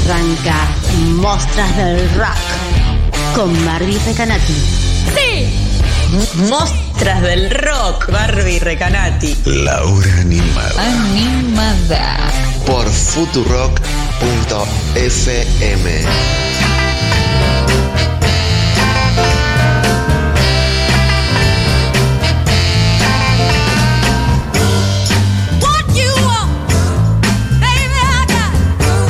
arranca Mostras del Rock con Barbie Recanati. ¡Sí! Mostras del Rock, Barbie Recanati. La hora animada Animada. por futurock.fm. What you want, baby, I got too.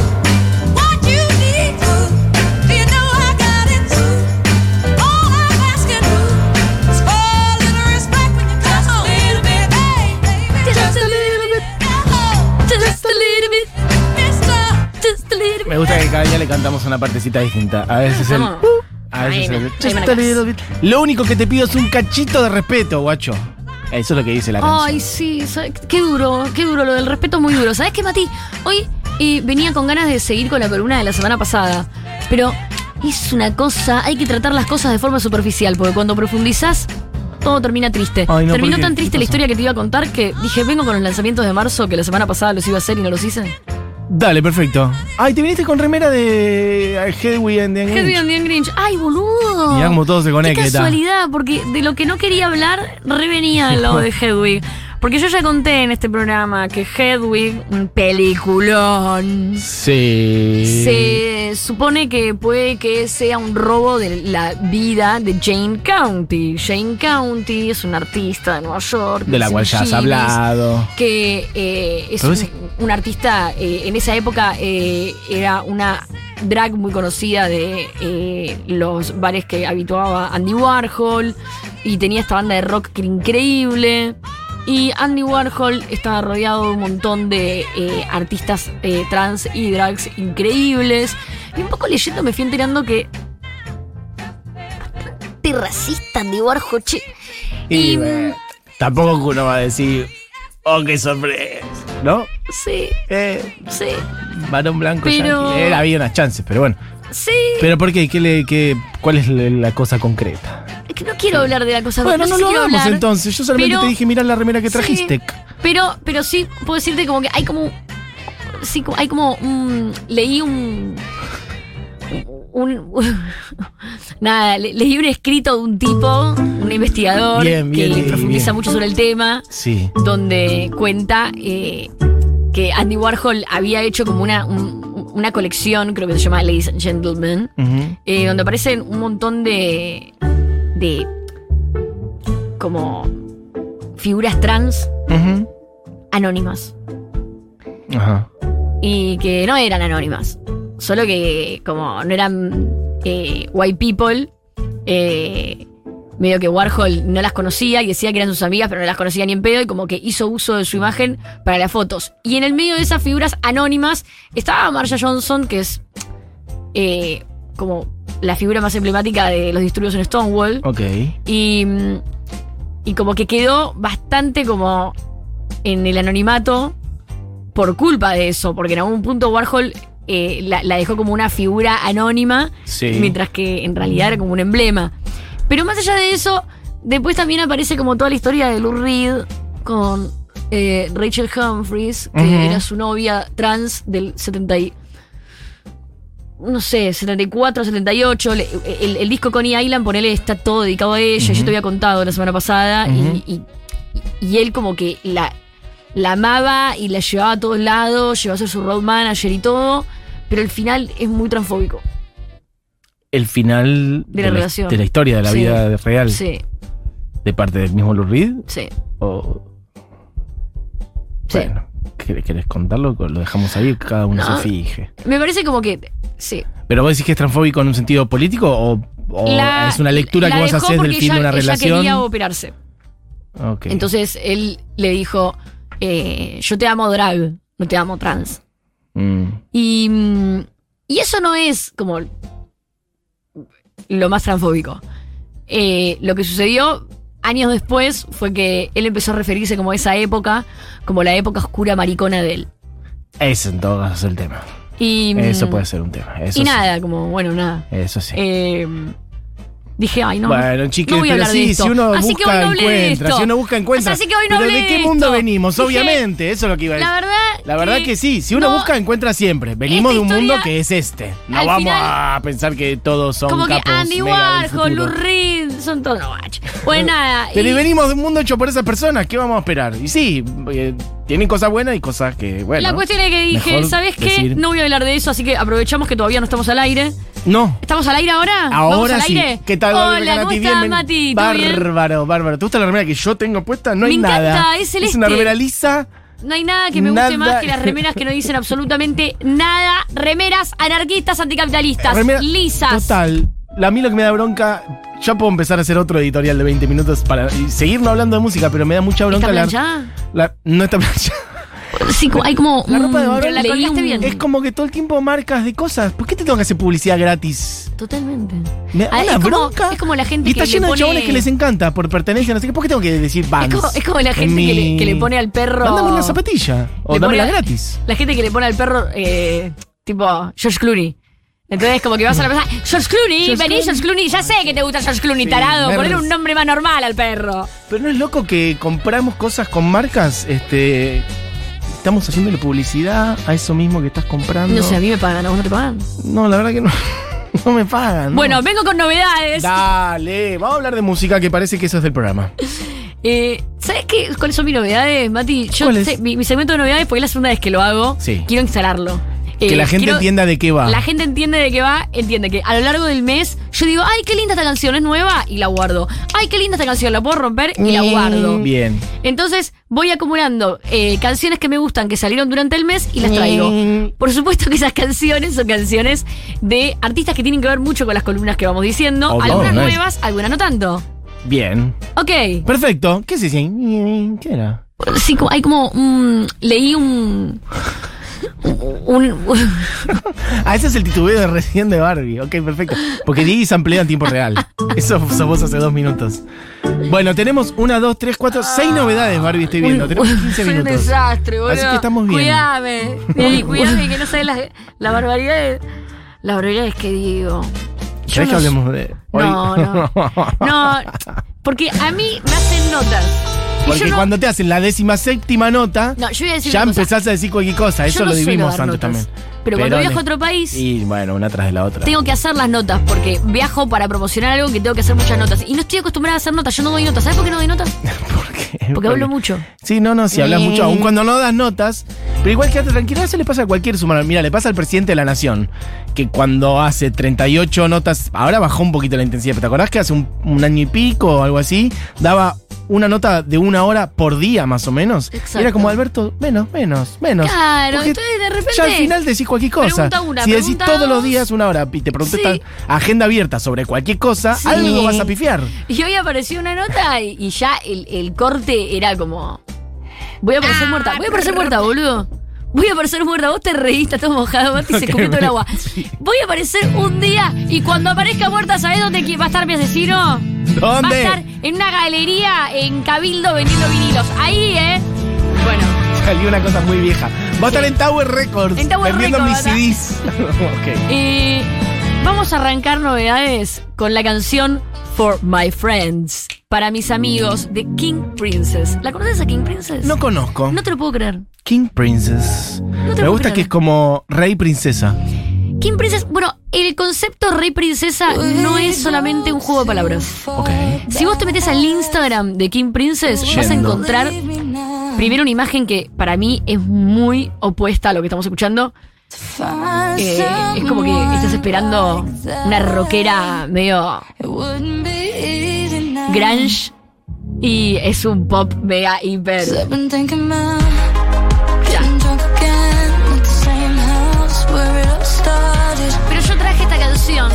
What you need too, do you know I got it too? All I'm asking too is for a little respect when you come home, little bit, baby, just a little bit, just a little bit, mister, just a little Me gusta que cada día le cantamos una partecita distinta. Ah, A veces el. Vamos. A veces Ahí el. me- ahí me la bit. Lo único que te pido es un cachito de respeto, guacho. Eso es lo que dice la canción. Ay, sí, ¿sabes? qué duro, qué duro, lo del respeto muy duro. ¿Sabes qué, Mati? Hoy eh, venía con ganas de seguir con la columna de la semana pasada, pero es una cosa, hay que tratar las cosas de forma superficial, porque cuando profundizás, todo termina triste. Ay, no, ¿por Terminó qué? tan ¿Qué triste la pasó? historia que te iba a contar que dije, vengo con los lanzamientos de marzo, que la semana pasada los iba a hacer y no los hice. Dale, perfecto. Ay, te viniste con remera de eh, Hedwig and the Angry Hedwig Inch. and the Angry Inch. ¡Ay, boludo! Mirá cómo todo se conecta. Qué casualidad, porque de lo que no quería hablar, revenía al lado de Hedwig. Porque yo ya conté en este programa que Hedwig, un peliculón, Sí. se supone que puede que sea un robo de la vida de Jane County. Jane County es una artista de Nueva York. De la que cual hace ya has giris, hablado. Que eh, es Pero un, ese- un artista, eh, en esa época eh, era una drag muy conocida de eh, los bares que habituaba Andy Warhol y tenía esta banda de rock que era increíble. Y Andy Warhol estaba rodeado de un montón de eh, artistas eh, trans y drags increíbles. Y un poco leyendo me fui enterando que. Bastante racista Andy Warhol, che. Y, Y, bueno, tampoco uno va a decir. Oh, qué sorpresa. ¿No? mm, Sí, Eh, sí, varón blanco. Pero- yankee. Eh, había unas chances, pero bueno. sí. ¿Pero por qué? ¿Qué le- qué- ¿Cuál es la la cosa concreta? Es que no quiero hablar de la cosa Bueno, no sé lo quiero hagamos hablar. entonces. Yo solamente Pero- te dije, mirá la remera que trajiste. Pero, pero sí, puedo decirte como que hay como. Sí, como- hay como. un- leí un. un- nada, le- leí un escrito de un tipo, un investigador, Bien, bien, que bien, profundiza bien. mucho sobre el tema, Sí. donde cuenta eh, que Andy Warhol había hecho como una, un- una colección, creo que se llama Ladies and Gentlemen, Ujú. eh, donde aparecen un montón de. de. como. figuras trans Ujú. anónimas. Ajá. Y que no eran anónimas. Solo que, como no eran eh, white people, eh, medio que Warhol no las conocía y decía que eran sus amigas, pero no las conocía ni en pedo, y como que hizo uso de su imagen para las fotos. Y en el medio de esas figuras anónimas estaba Marsha Johnson, que es eh, como la figura más emblemática de los disturbios en Stonewall. Ok. Y, mm, y como que quedó bastante como en el anonimato por culpa de eso, porque en algún punto Warhol eh, la, la dejó como una figura anónima, Sí. mientras que en realidad era como un emblema. Pero más allá de eso, después también aparece como toda la historia de Lou Reed con eh, Rachel Humphries, que Ujú. era su novia trans del 70 y- no sé, 74, 78, le- el, el disco Coney Island, ponele, está todo dedicado a ella, yo te había contado la semana pasada, y- Ujú. y, y él como que la, la amaba y la llevaba a todos lados, llevaba a ser su road manager y todo, pero el final es muy transfóbico. El final De la relación. de la historia, de la Sí. vida real, Sí, de parte del mismo Lou Reed. sí, O, sí. Ah. Bueno, ¿quere- ¿querés contarlo? Lo dejamos ahí, cada uno No. se fije. Me parece como que, sí. ¿Pero vos decís que es transfóbico en un sentido político o, o La- es una lectura la que vos dejó haces del porque fin de ella- una ella relación? quería operarse. Ok. Entonces él le dijo, eh, yo te amo drag, no te amo trans. Mm. Y, mm, y eso no es como lo más transfóbico. Eh, lo que sucedió años después fue que él empezó a referirse como a esa época, como la época oscura maricona de él. Ese en todo caso es el tema. Y, mm, Eso puede ser un tema. Eso sí. Y nada, como, bueno, nada. Eso sí. Eh, dije, ay, no. bueno, chicos, no voy a pero hablar de sí, esto. si uno Así que busca, hoy no hablé de encuentra. esto. Si uno busca, encuentra. Así que hoy no pero hablé ¿de qué de mundo esto. venimos? Dije, Obviamente, eso es lo que iba a decir. La verdad eh, La verdad que sí, si uno Eh, no, busca, encuentra siempre. Venimos de esta un mundo historia, que es este. No al vamos final, a pensar que todos son Como que capos Andy mega del Warhol, Lou futuro. Reed, son todos no, guacho. Bueno, nada. Pero y- y venimos de un mundo hecho por esas personas, ¿qué vamos a esperar? Y sí, eh, tienen cosas buenas y cosas que, bueno. la cuestión es que dije, mejor ¿sabes qué? decir- No voy a hablar de eso, así que aprovechamos que todavía no estamos al aire. No. ¿Estamos al aire ahora? ¿Vamos Ahora al sí. aire? ¿Qué tal? Bárbara Hola, Ganati? ¿cómo estás, Bienven- Mati? ¿Todo bien? Bárbaro, bárbaro. ¿Te gusta la remera que yo tengo puesta? No Me hay encanta, nada. es Es celeste. una remera lisa. No hay nada que me guste Nada. más que las remeras que no dicen absolutamente nada. Remeras anarquistas, anticapitalistas, remera- lisas. Total. La- A mí lo que me da bronca, ya puedo empezar a hacer otro editorial de 20 minutos para y seguir no hablando de música, pero me da mucha ¿Está bronca la, planchada? la- No está plancha. Sí, co- hay como. La ropa de mm, varón pero la leí colgaste un- bien. Es como que todo el tiempo marcas de cosas. ¿Por qué te tengo que hacer publicidad gratis? Totalmente. Me da Ah, una es como- bronca. es como la gente y está que le lleno pone- de chabones que les encanta por pertenencia, no sé qué. ¿Por qué tengo que decir Es Vans? como, es como la Ah, en gente que, le, mi- que le pone al perro. Mándame una zapatilla. O Le pone dámela a- gratis. La gente que le pone al perro, eh, tipo, George Clooney. Entonces, como que vas a la persona, George Clooney, George vení, Clooney. George Clooney, ya sé que te gusta George Clooney, Sí, tarado. verdes. Poner un nombre más normal al perro. Pero no es loco que compramos cosas con marcas, este. Estamos haciéndole publicidad a eso mismo que estás comprando. No, sé, a mí me pagan, a vos no te pagan. No, la verdad que no. No me pagan. ¿no? Bueno, vengo con novedades. Dale, vamos a hablar de música que parece que eso es del programa. Eh, ¿Sabes qué? ¿Cuáles son mis novedades, Mati? Yo ¿Cuáles? sé- mi, mi segmento de novedades, porque es la segunda vez que lo hago. Sí. Quiero instalarlo. que Eh, la gente quiero- entienda de qué va. La gente entiende de qué va, entiende que a lo largo del mes yo digo, ay, qué linda esta canción, es nueva, y la guardo. Ay, qué linda esta canción, la puedo romper y la guardo. Bien. Entonces voy acumulando eh, canciones que me gustan, que salieron durante el mes y las traigo. Por supuesto que esas canciones son canciones de artistas que tienen que ver mucho con las columnas que vamos diciendo. Oh, algunas nice. nuevas, algunas no tanto. Bien. Ok. Perfecto. ¿Qué se dice? ¿Qué era? Sí, como- hay como. un- leí un. un- un- Ah, ese es el titubeo de recién de Barbie. Ok, perfecto. Porque Digi samplea en tiempo real. Eso sos vos hace dos minutos. Bueno, tenemos una, dos, tres, cuatro, seis novedades, Barbie, estoy viendo. Tenemos 15 Soy un minutos. desastre, boludo. Así que estamos bien. Cuidame. Didi, cuidame que no sabes las la barbaridades. Las barbaridades que digo. ¿Querés Yo que no sé. hablemos de hoy? No, no. No, porque a mí me hacen notas. Y Porque yo no, cuando te hacen la décima séptima nota, no, yo voy a decir ya una cosa. empezás a decir cualquier cosa. Yo Eso no lo suelo vivimos dar antes notas. también. Pero cuando viajo a ne- otro país- Y bueno, una tras de la otra. Tengo que hacer las notas porque viajo para promocionar algo que tengo que hacer muchas notas. Y no estoy acostumbrada a hacer notas. Yo no doy notas. ¿Sabes por qué no doy notas? ¿Por qué? Porque hablo mucho. Sí, no, no, si hablas Eh. mucho, aun cuando no das notas. Pero igual quédate tranquila, eso le pasa a cualquier sumar. Mira, le pasa al presidente de la nación, que cuando hace 38 notas, ahora bajó un poquito la intensidad, pero ¿te acordás que hace un, un año y pico o algo así? Daba una nota de una hora por día, más o menos. Y Exacto. Era como Alberto, menos, menos, menos. Claro, Porque entonces de repente- Ya al final decís cualquier cosa. Pregunta una, si decís pregunta todos dos. los días una hora y te preguntas Sí. agenda abierta sobre cualquier cosa, Sí. algo vas a pifiar. Y hoy apareció una nota y, y ya el, el corte era como. Voy a Ah, aparecer muerta, voy a aparecer muerta, boludo. Voy a aparecer muerta, vos te reíste, todo mojado, Mati se escupió todo el agua. Voy a aparecer un día y cuando aparezca muerta, ¿sabés dónde qui- va a estar mi asesino? Va a ¿Dónde? estar en una galería en Cabildo vendiendo vinilos. Ahí, ¿eh? Bueno, Salió una cosa muy vieja. Va a estar en Tower Records. En Tower vendiendo Records, mis CDs. ok. eh, vamos a arrancar novedades con la canción For My Friends, para mis amigos, de King Princess. ¿La conoces a King Princess? No conozco. No te lo puedo creer. King Princess. te Me puedo gusta creer. que es como rey princesa. King Princess, bueno, el concepto rey princesa no es solamente un juego de palabras. Ok. Si vos te metes al Instagram de King Princess, vas a Yendo. encontrar primero una imagen que para mí es muy opuesta a lo que estamos escuchando. Eh, es como que estás esperando una rockera medio grunge y es un pop mega hiper. Pero yo traje esta canción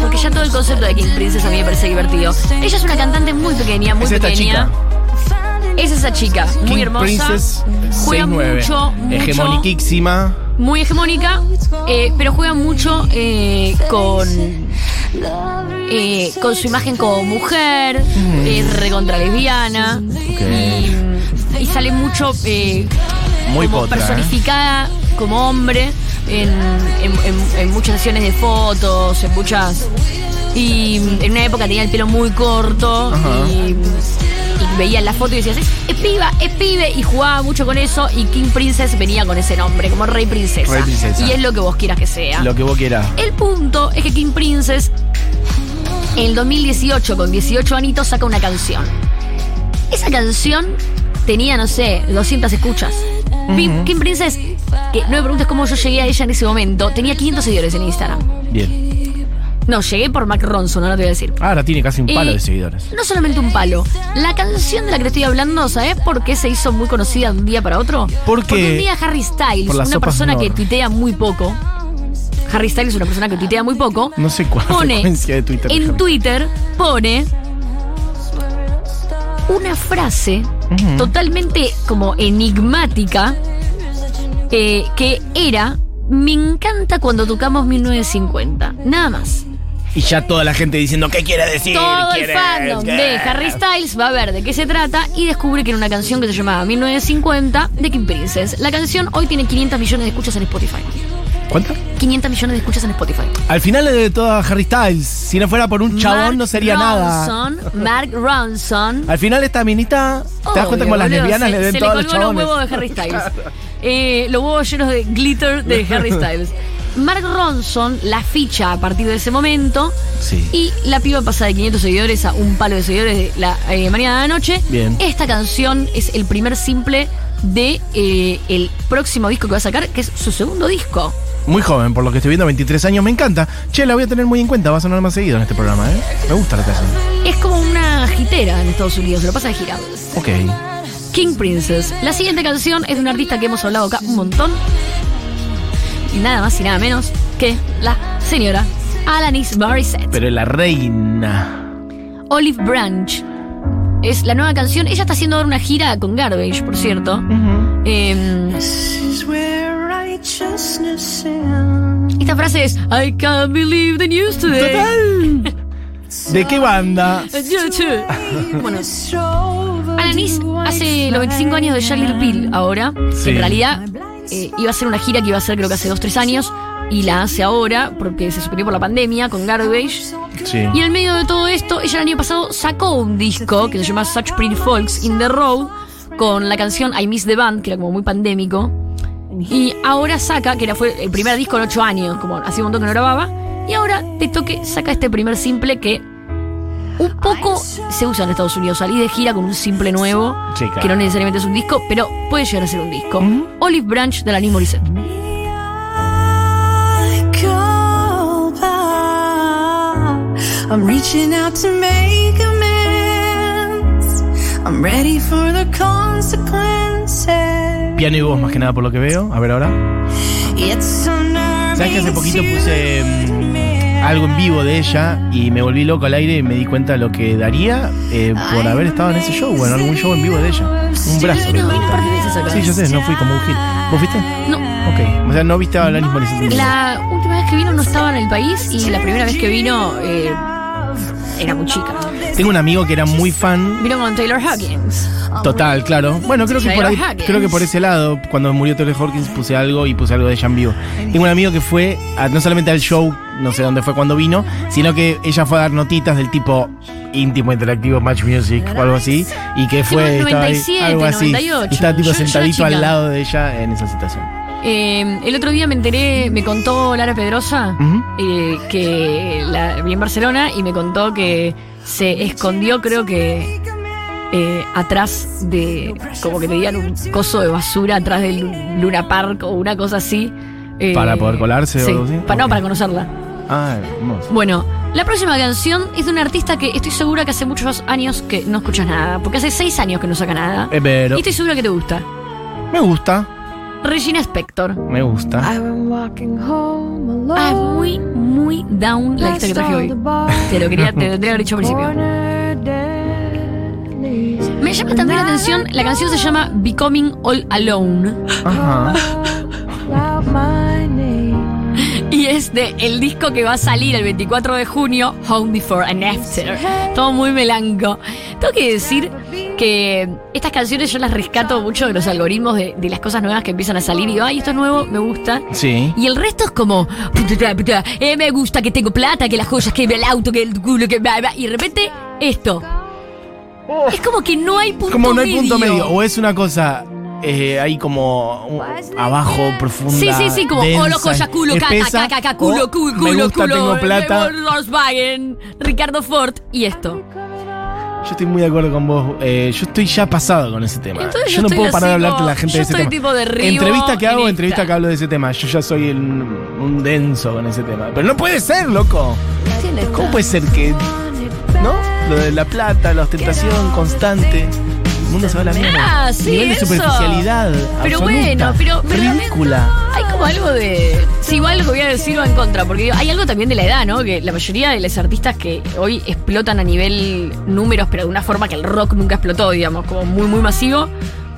porque ya todo el concepto de King Princess a mí me parece divertido. Ella es una cantante muy pequeña, muy Es esta pequeña. Es esa chica, muy King hermosa. Princess juega 69. mucho, mucho, Hegemoniquísima. muy hegemónica, eh, pero juega mucho eh, con, eh, con su imagen como mujer, es recontra lesbiana y, y sale mucho eh, Muy como potra. ¿eh? personificada como hombre en, en- en- en muchas sesiones de fotos, en muchas. Y mm, en una época tenía el pelo muy corto Ajá. y, y veían la foto y decías, es, es piba, es pibe, y jugaba mucho con eso, y King Princess venía con ese nombre, como Rey Princesa. Rey Princesa. Y es lo que vos quieras que sea. Lo que vos quieras. El punto es que King Princess en el 2018, con 18 anitos, saca una canción. Esa canción tenía, no sé, 200 escuchas. Pim- King Princess, que no me preguntes cómo yo llegué a ella en ese momento, tenía 500 seguidores en Instagram. Bien. No, llegué por Mac Ronson, no lo te voy a decir. Ahora tiene casi un palo Y de seguidores. No solamente un palo. La canción de la que te estoy hablando, ¿sabes por qué se hizo muy conocida de un día para otro? ¿Por qué? Porque un día Harry Styles, Por las una sopas persona que Knorr. tuitea muy poco. Harry Styles es una persona que tuitea muy poco. No sé cuál Pone frecuencia de Twitter. en Harry. Twitter pone una frase Ujú. totalmente como enigmática eh, que era me encanta cuando tocamos 1950. Nada más. Y ya toda la gente diciendo, ¿qué quiere decir? Todo el ¿Quiere- fandom qué?" de Harry Styles va a ver de qué se trata y descubre que era una canción que se llamaba 1950 de King Princess. La canción hoy tiene 500 millones de escuchas en Spotify. ¿Cuánto? 500 millones de escuchas en Spotify. Al final es de toda Harry Styles. Si no fuera por un chabón, Mark no sería nada. Ronson, Mark Ronson. Al final, esta minita, ¿te das cuenta Obvio, como las boludo, lesbianas se- le den se todo a los colgó chabones? los huevos de Harry Styles. Eh, los huevos llenos de glitter de Harry Styles. Mark Ronson la ficha a partir de ese momento. Sí. Y la piba pasa de 500 seguidores a un palo de seguidores de la eh, mañana de la noche. Bien. Esta canción es el primer simple de eh, el próximo disco que va a sacar, que es su segundo disco. Muy joven, por lo que estoy viendo, 23 años, me encanta. Che, la voy a tener muy en cuenta, va a sonar más seguido en este programa, ¿eh? Me gusta la canción. Es como una gitera en Estados Unidos, se lo pasa de gira. Ok. King Princess. La siguiente canción es de un artista que hemos hablado acá un montón. Y nada más y nada menos que la señora Alanis Morissette. Pero la reina. Olive Branch. Es la nueva canción. Ella está haciendo ahora una gira con Garbage, por cierto. Em, esta frase es I can't believe the news today. Total. ¿De qué banda? Bueno, Alanis hace los 25 años de Charlie Pill ahora. Sí. En realidad eh, iba a ser una gira que iba a hacer creo que hace 2-3 años y la hace ahora porque se suspendió por la pandemia con Garbage. Sí. Y en medio de todo esto, ella el año pasado sacó un disco que se llama Such Pretty Folks in the Row con la canción I Miss the Band, que era como muy pandémico. Y ahora saca, que era, fue el primer disco en 8 años, como hacía un montón que no grababa. Y ahora te toque, saca este primer simple que un poco se usa en Estados Unidos. Salí de gira con un simple nuevo, Sí, claro. que no necesariamente es un disco, pero puede llegar a ser un disco. Ujú. Olive Branch de la Morissette. I'm reaching out to make amends. I'm ready for the consequences. Piano y voz, más que nada, por lo que veo. A ver ahora. It's ¿Sabes que hace poquito puse mm, algo en vivo de ella y me volví loco al aire y me di cuenta de lo que daría eh, por haber estado en ese show? Bueno, algún show en vivo de ella. Un brazo. No, vino un par de veces acá. Sí, yo sé, no fui como un gil. ¿Vos fuiste? No, Ok. O sea, no viste a Alanis Morissette. La última vez que vino no estaba en el país y la primera vez que vino eh, era muy chica. Tengo un amigo que era muy fan. Vino con Taylor Hawkins. Total, claro. Bueno, creo que por ahí, creo que por ese lado, cuando murió Taylor Hawkins puse algo y puse algo de ella en vivo. Tengo un amigo que fue a- no solamente al show, no sé dónde fue cuando vino, sino que ella fue a dar notitas del tipo íntimo, interactivo, match music o algo así, y que fue Sí, estaba ahí, 97, algo así. 98. Y estaba tipo Yo- yo era sentadito chica. al lado de ella en esa situación. Eh, el otro día me enteré, me contó Lara Pedrosa Ujú. eh, que la vi en Barcelona y me contó que se escondió, creo que eh, atrás de, como que tenían un coso de basura atrás del Luna Park o una cosa así. eh, ¿Para poder colarse o sí, algo así? pa- No, Ok. para conocerla. Ah, hermoso. Bueno, la próxima canción es de un artista que estoy segura que hace muchos años que no escuchas nada, porque hace seis años que no saca nada. Eh, Pero Y estoy segura que te gusta. me gusta, Regina Spector. me gusta. Ah, es muy, muy down la historia que traje hoy. Te lo quería, te lo tendría que haber dicho al principio. Me llama también la atención, la canción se llama Becoming All Alone. Ajá. Y es de el disco que va a salir el 24 de junio, Home Before and After. Todo muy melanco. Tengo que decir que estas canciones yo las rescato mucho de los algoritmos de, de las cosas nuevas que empiezan a salir. Y digo, ay, esto es nuevo, me gusta. Sí. Y el resto es como, pututa, pututa, eh, me gusta que tengo plata, que las joyas, que el auto, que el culo, que bla, bla. Y de repente, esto. Es como que no hay punto Oh. Como no hay punto medio. O es una cosa eh, ahí como un- abajo, profunda. Sí, sí, sí, como densa, o loco, ya culo, caca, espesa, caca, caca, culo, o culo, me culo, gusta, culo. eh, tengo plata. Volkswagen, Ricardo Ford y esto. Yo estoy muy de acuerdo con vos. eh, yo estoy ya pasado con ese tema. Entonces yo, yo no estoy puedo parar de así hablarte a la como- gente yo de ese estoy tema. tipo de Rivo entrevista que hago, en entrevista esta. que hablo de ese tema. Yo ya soy un, un denso con ese tema. Pero no puede ser, loco. ¿Cómo puede ser que.? ¿No? Lo de la plata, la ostentación constante. El mundo se va a la mierda. Ah, sí, Nivel de eso. superficialidad. Pero absoluta, bueno, pero, pero también Ridícula. Hay como algo de. Sí, igual lo que voy a decir va en contra, porque digo, hay algo también de la edad, ¿no? Que la mayoría de los artistas que hoy explotan a nivel números, pero de una forma que el rock nunca explotó, digamos, como muy, muy masivo,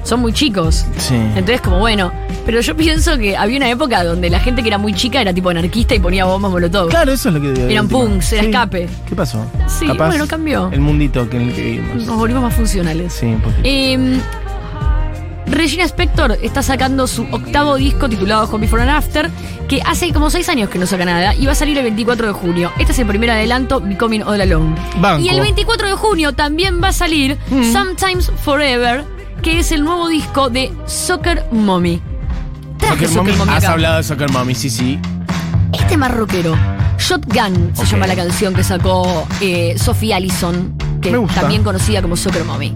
son muy chicos. Sí. Entonces, como bueno, pero yo pienso que había una época donde la gente que era muy chica era tipo anarquista y ponía bombas molotov. Claro, eso es lo que digo. Eran última. punks, era Sí. escape. ¿Qué pasó? Sí, bueno, cambió. El mundito que en el que vivimos. Nos volvimos más funcionales. Sí, un poquito. Eh, Regina Spector está sacando su octavo disco titulado Home Before and After, que hace como seis años que no saca nada y va a salir el 24 de junio. Este es el primer adelanto, Becoming All Alone. Banco. Mm. Y el 24 de junio también va a salir Sometimes Forever, que es el nuevo disco de Soccer Mommy. Traje Soccer Mommy, Mommy has acá. hablado de Soccer Mommy, sí, sí. Este más rockero. Shotgun se Ok. llama la canción que sacó eh, Sophie Allison, que Me gusta. también conocida como Soccer Mommy.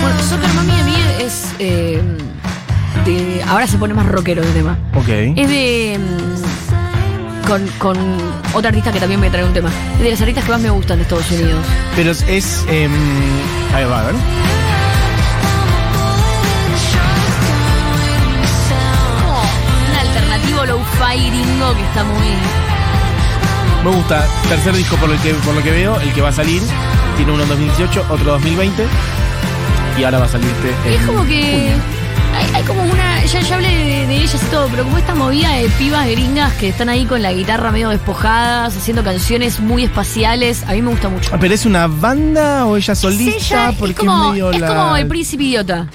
Bueno, Soccer Mommy a mí es. eh, de- ahora se pone más rockero el tema. Ok. Es de. mm, Con, con otra artista que también me trae un tema. Es de las artistas que más me gustan de Estados Unidos. Pero es. es, em, ahí va, a ver. Como Oh, un alternativo low-fi gringo que está muy. Me gusta. Tercer disco por, el que, por lo que veo, el que va a salir. Tiene uno en 2018, otro 2020. Y ahora va a salir este. Es en como que. junio. Hay, hay como una. Ya, ya hablé de, de ellas y todo, pero como esta movida de pibas gringas que están ahí con la guitarra medio despojadas, haciendo canciones muy espaciales, a mí me gusta mucho. Ah, ¿Pero es una banda o ella solista? Es ella, porque es como, medio es la- como el príncipe idiota.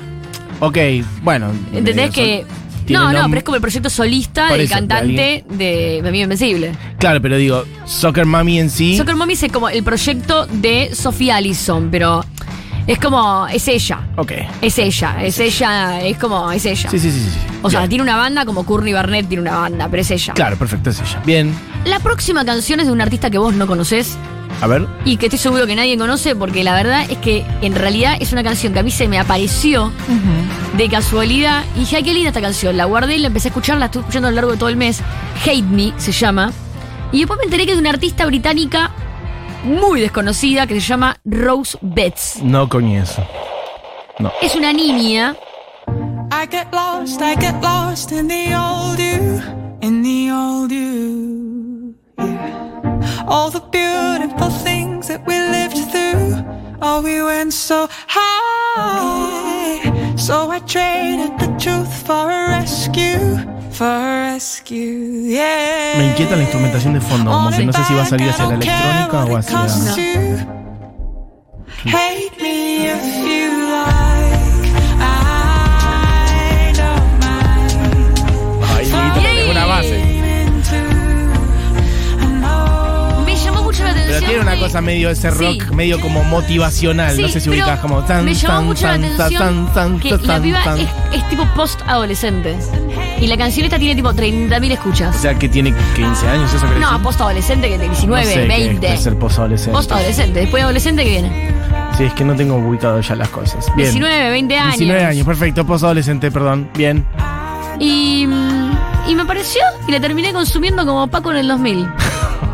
Ok, bueno. medio ¿Entendés que.? sol- tiene No, no, nom- pero es como el proyecto solista Por del eso, de cantante de Mi Amigo Invencible. Claro, pero digo, Soccer Mommy en sí. Soccer Mommy es como el proyecto de Sofía Allison, pero es como. Es ella. Ok. Es ella. Es ella. Es como. Es ella. Sí, sí, sí. sí, sí. O sea, Bien. tiene una banda como Courtney Barnett tiene una banda, pero es ella. Claro, perfecto, es ella. Bien. La próxima canción es de un artista que vos no conocés A ver. y que estoy seguro que nadie conoce porque la verdad es que en realidad es una canción que a mí se me apareció de casualidad y dije, ay, qué linda esta canción. La guardé y la empecé a escuchar, la estuve escuchando a lo largo de todo el mes. Hate Me se llama. Y después me enteré que es de una artista británica muy desconocida que se llama Rose Betts. No con eso. Es una niña I get lost, I get lost in the old you, in the old you. Yeah. All the beautiful things that we lived through. Oh, we went so high. So I traded the truth for a rescue, for a rescue. Yeah. Me inquieta la instrumentación de fondo, como que no sé si va a salir hacia la electrónica o hacia- Hate me if you like. I don't mind. Ay, Yay. una base. me llamó mucho la atención. Pero tiene una que- cosa medio ese rock, Sí. medio como motivacional. no Sí, sé si pero ubicás como tan, me llamó tan, mucho tan, la tan, atención tan, tan, que tan, la piba tan. Es, es tipo post-adolescente. Y la canción esta tiene tipo 30.000 escuchas. O sea, que tiene 15 años, eso creo. no, post-adolescente que tiene 19, 20. ser posadolescente. Post-adolescente, después de adolescente que viene. Sí, es que no tengo ubicado ya las cosas. Bien. 19, 20 años. 19 años, perfecto. Posadolescente, perdón. Bien. Y, mm, y me apareció y la terminé consumiendo como Paco en el 2000.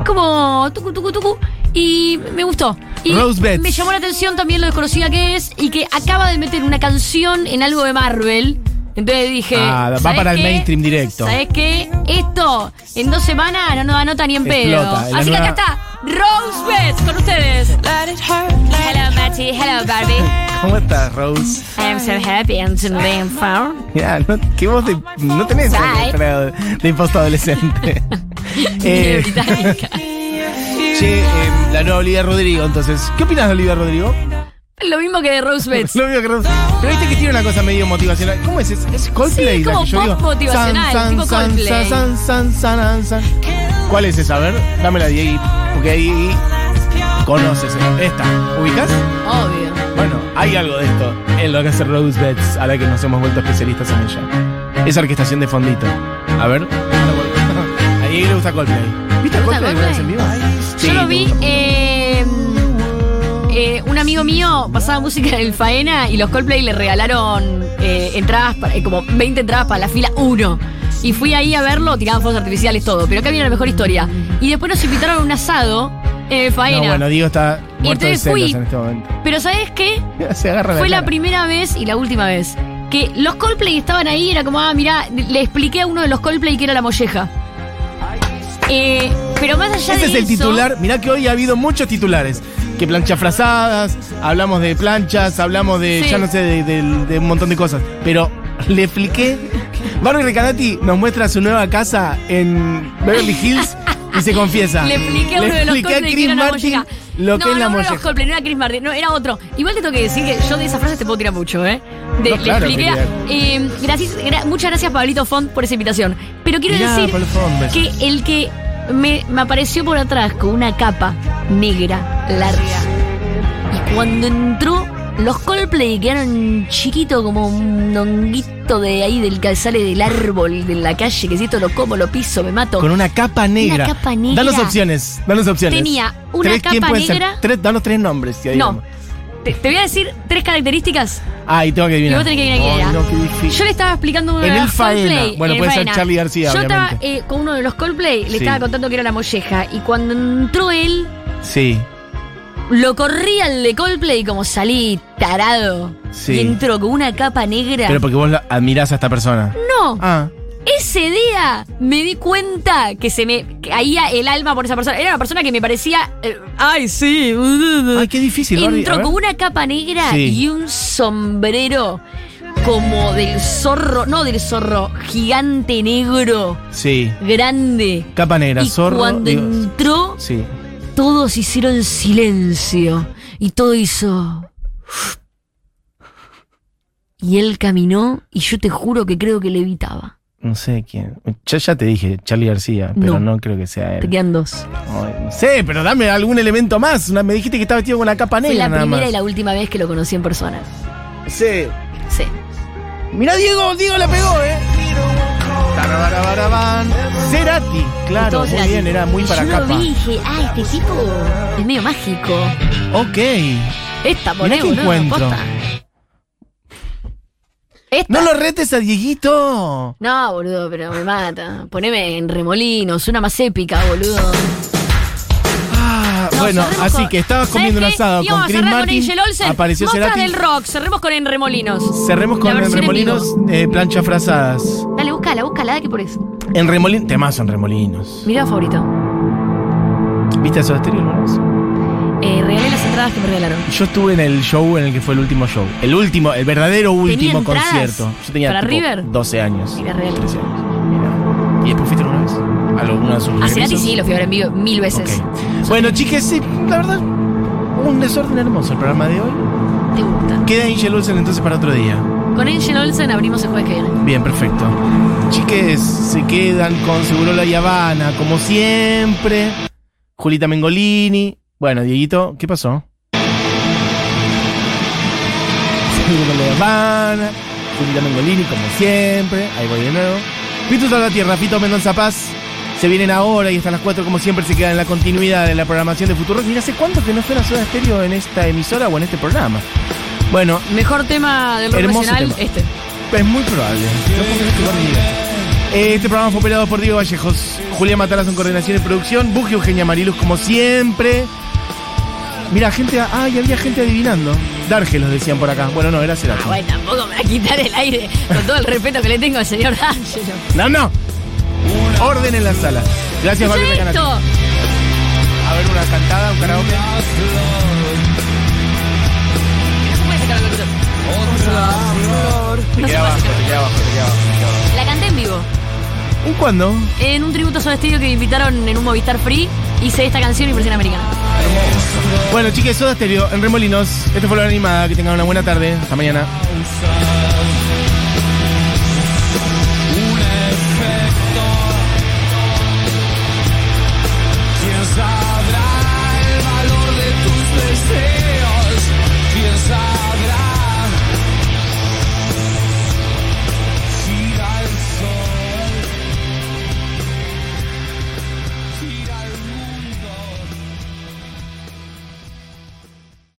como tucu, tucu, tucu. Y me gustó. Y Rose Betts. me llamó la atención también lo desconocida que es y que acaba de meter una canción en algo de Marvel. Entonces dije. Ah, va ¿sabés para el qué? mainstream directo. ¿Sabes qué? Esto en dos semanas no nos anota ni en pedo. Explota, es la Así que acá nueva- está Rose Betts con ustedes. Let it hurt, let it Hello, Matty. Hello, Barbie. ¿Cómo estás, Rose? I'm so happy and to being found. Mirá, no, qué voz de. No tenés Bye. de, de imposta adolescente. Eh, Británica. che, eh, la nueva Olivia Rodrigo, entonces. ¿Qué opinas de Olivia Rodrigo? Lo mismo que de Rose Betts. Lo veo que Rose. Pero viste que tiene una cosa medio motivacional. ¿Cómo es? ¿Es, es Coldplay? Sí, es la como que yo pop digo? motivacional, tipo Coldplay. san, san, san, san. ¿Cuál es esa? A ver, dámela, Diego. Porque ahí conoces. eh. Esta. ¿Ubicas? Obvio. Bueno, hay algo de esto en lo que hace Rose Betts, a la que nos hemos vuelto especialistas en ella. Esa orquestación de fondito. A ver. A Diego le gusta Coldplay. ¿Viste a ¿Te gusta Coldplay alguna vez en vivo? Yo lo te vi. gusta mucho. eh, eh, un amigo mío pasaba música en el Faena y los Coldplay le regalaron eh, entradas, para- eh, como 20 entradas para la fila 1. Y fui ahí a verlo, tiraban fuegos artificiales, todo. Pero acá viene la mejor historia. Y después nos invitaron a un asado en el Faena. No, bueno, Diego está muerto de entonces celos fui. en este momento. Pero ¿sabes qué? Se agarra la Fue la cara. primera vez y la última vez que los Coldplay estaban ahí y era como, ah, mirá, le expliqué a uno de los Coldplay que era la molleja. Eh, pero más allá Ese de es el eso- titular. Mirá que hoy ha habido muchos titulares. Que planchas frazadas, hablamos de planchas, hablamos de, Sí. ya no sé, de, de- de un montón de cosas. Pero le expliqué. Barbie Recanati nos muestra su nueva casa en Beverly Hills y se confiesa. Le expliqué a uno de los expliqué a Coldplay que Chris era la Martin molleja. lo que no, es la no, No, era los molleja. Coldplay, no era Chris Martin, no, era otro. Igual te tengo que decir que yo de esa frase te puedo tirar mucho, ¿eh? De- No, le claro que expliqué. a- eh, gracias, gra- muchas gracias, Pablito Font, por esa invitación. Pero quiero Mirá, decir Pablo Font, beso. que el que me, me apareció por atrás con una capa negra, larga. Y cuando entró, los Coldplay quedaron chiquito como un honguito de ahí del que sale del árbol de la calle, que si esto lo como, lo piso, me mato. Con una capa negra. capa negra. Danos opciones. Danos opciones. Tenía una Tres, ¿quién capa puede ser? negra. Tres, danos tres nombres. y ahí No. vemos. Te, te voy a decir tres características Ah, y tengo que adivinar. y vos tenés que adivinar quién Ay, era. no, qué difícil. Yo le estaba explicando uno de En el los Faena. Coldplay. Bueno, en el puede ser Faena. Charly García, Yo estaba obviamente. eh, con uno de los Coldplay, le Sí. estaba contando que era la molleja. Y cuando entró él, Sí. lo corría el de Coldplay y como salí tarado. Sí. Y entró con una capa negra. Pero porque vos la- admirás a esta persona. no, Ah. ese día me di cuenta que se me caía el alma por esa persona. Era una persona que me parecía. eh, ay, sí. uh, Ay, qué difícil, Barbie. A Entró ver. con una capa negra Sí. y un sombrero como del zorro, no del zorro, gigante negro, Sí. grande. Capa negra, y zorro. cuando digo, entró, Sí. todos hicieron silencio y todo hizo... Y él caminó y yo te juro que creo que levitaba. No sé quién. Ya, ya te dije, Charlie García, pero no, No. creo que sea Te él. quedan dos. Ay, no sé, pero dame algún elemento más. Una- me dijiste que estaba vestido con una capa Fue negra la nada más. primera y la última vez que lo conocí en persona. Sí. Sí. Mirá, Diego, Diego la pegó, eh. Tarabarabarabán. Cerati, claro, Todo muy era bien, así. era muy Y para yo capa. Lo vi y dije, ah, este tipo es medio mágico. Ok. Esta, Mirá poné, qué boludo, encuentro. posta. Esta. No No, lo retes a Dieguito. boludo, pero me mata. Poneme en remolinos, una más épica, boludo. Ah, No, bueno, cerremos así con- que estabas ¿Sabés comiendo un qué? asado Íbamos con a Chris cerrar Martin. Angel Olsen, apareció Mostras Cerati. del rock, cerremos con en remolinos. Cerremos La con en versión en remolinos, eh, planchas frazadas. Dale, búscala, búscala, dale que por eso. En remolinos, temazo en remolinos. Mi video favorito. ¿Viste a Soda Stereo alguna vez? Eh, regalé las entradas que me regalaron. Ah, Yo estuve en el show en el que fue el último show. El último, el verdadero último entradas concierto. Yo tenía para tipo, River? 12 años. Mira, real. 13 años. Mira. ¿Y después fuiste alguna vez? ¿A alguna de sus A Cerati regresos? Ah, sí, lo fui a ver en vivo mil veces. Ok. Bueno, chicas, sí, la verdad, un desorden hermoso el programa de hoy. Te gusta. Queda Angel Olsen entonces para otro día. Con Angel Olsen abrimos el jueves que viene. Bien, perfecto. Chiques, se quedan con Seguro La Habana, como siempre. Julita Mengolini. Bueno, Dieguito, ¿qué pasó? Seguro La Habana, Julita Mengolini, como siempre. Ahí voy de nuevo. Pitu Salvatierra, Fito Mendoza Paz. Se vienen ahora y hasta las 4, como siempre, se quedan en la continuidad de la programación de Futuro. Mira, ¿hace cuánto que no suena Soda Estéreo en esta emisora o en este programa? Bueno, Mejor tema del rock Hermoso nacional, tema. este. es muy probable. Yo creo que es tu barriga. Eh, Este programa fue operado por Diego Vallejos, Julián Matalas en coordinación y producción, Busque Eugenia Mariluz como siempre. Mira, gente, ay, había gente adivinando. Darge los decían por acá. Bueno, no, era Ah, Cerati. bueno, tampoco me va a quitar el aire con todo el respeto que le tengo al señor Angelo. No, no. Orden en la sala. Gracias, Babi ¿Qué es Recanati. esto? A ver una cantada, un karaoke. ¿Cómo es el karaoke? queda abajo, te queda abajo, te queda abajo. La canté en vivo. ¿En cuándo? En un tributo a Soda Stereo que me invitaron en un Movistar Free, hice esta canción y versión americana. Bueno, chicas, Soda Stereo en Remolinos. Esto fue la hora animada. Que tengan una buena tarde. Hasta mañana.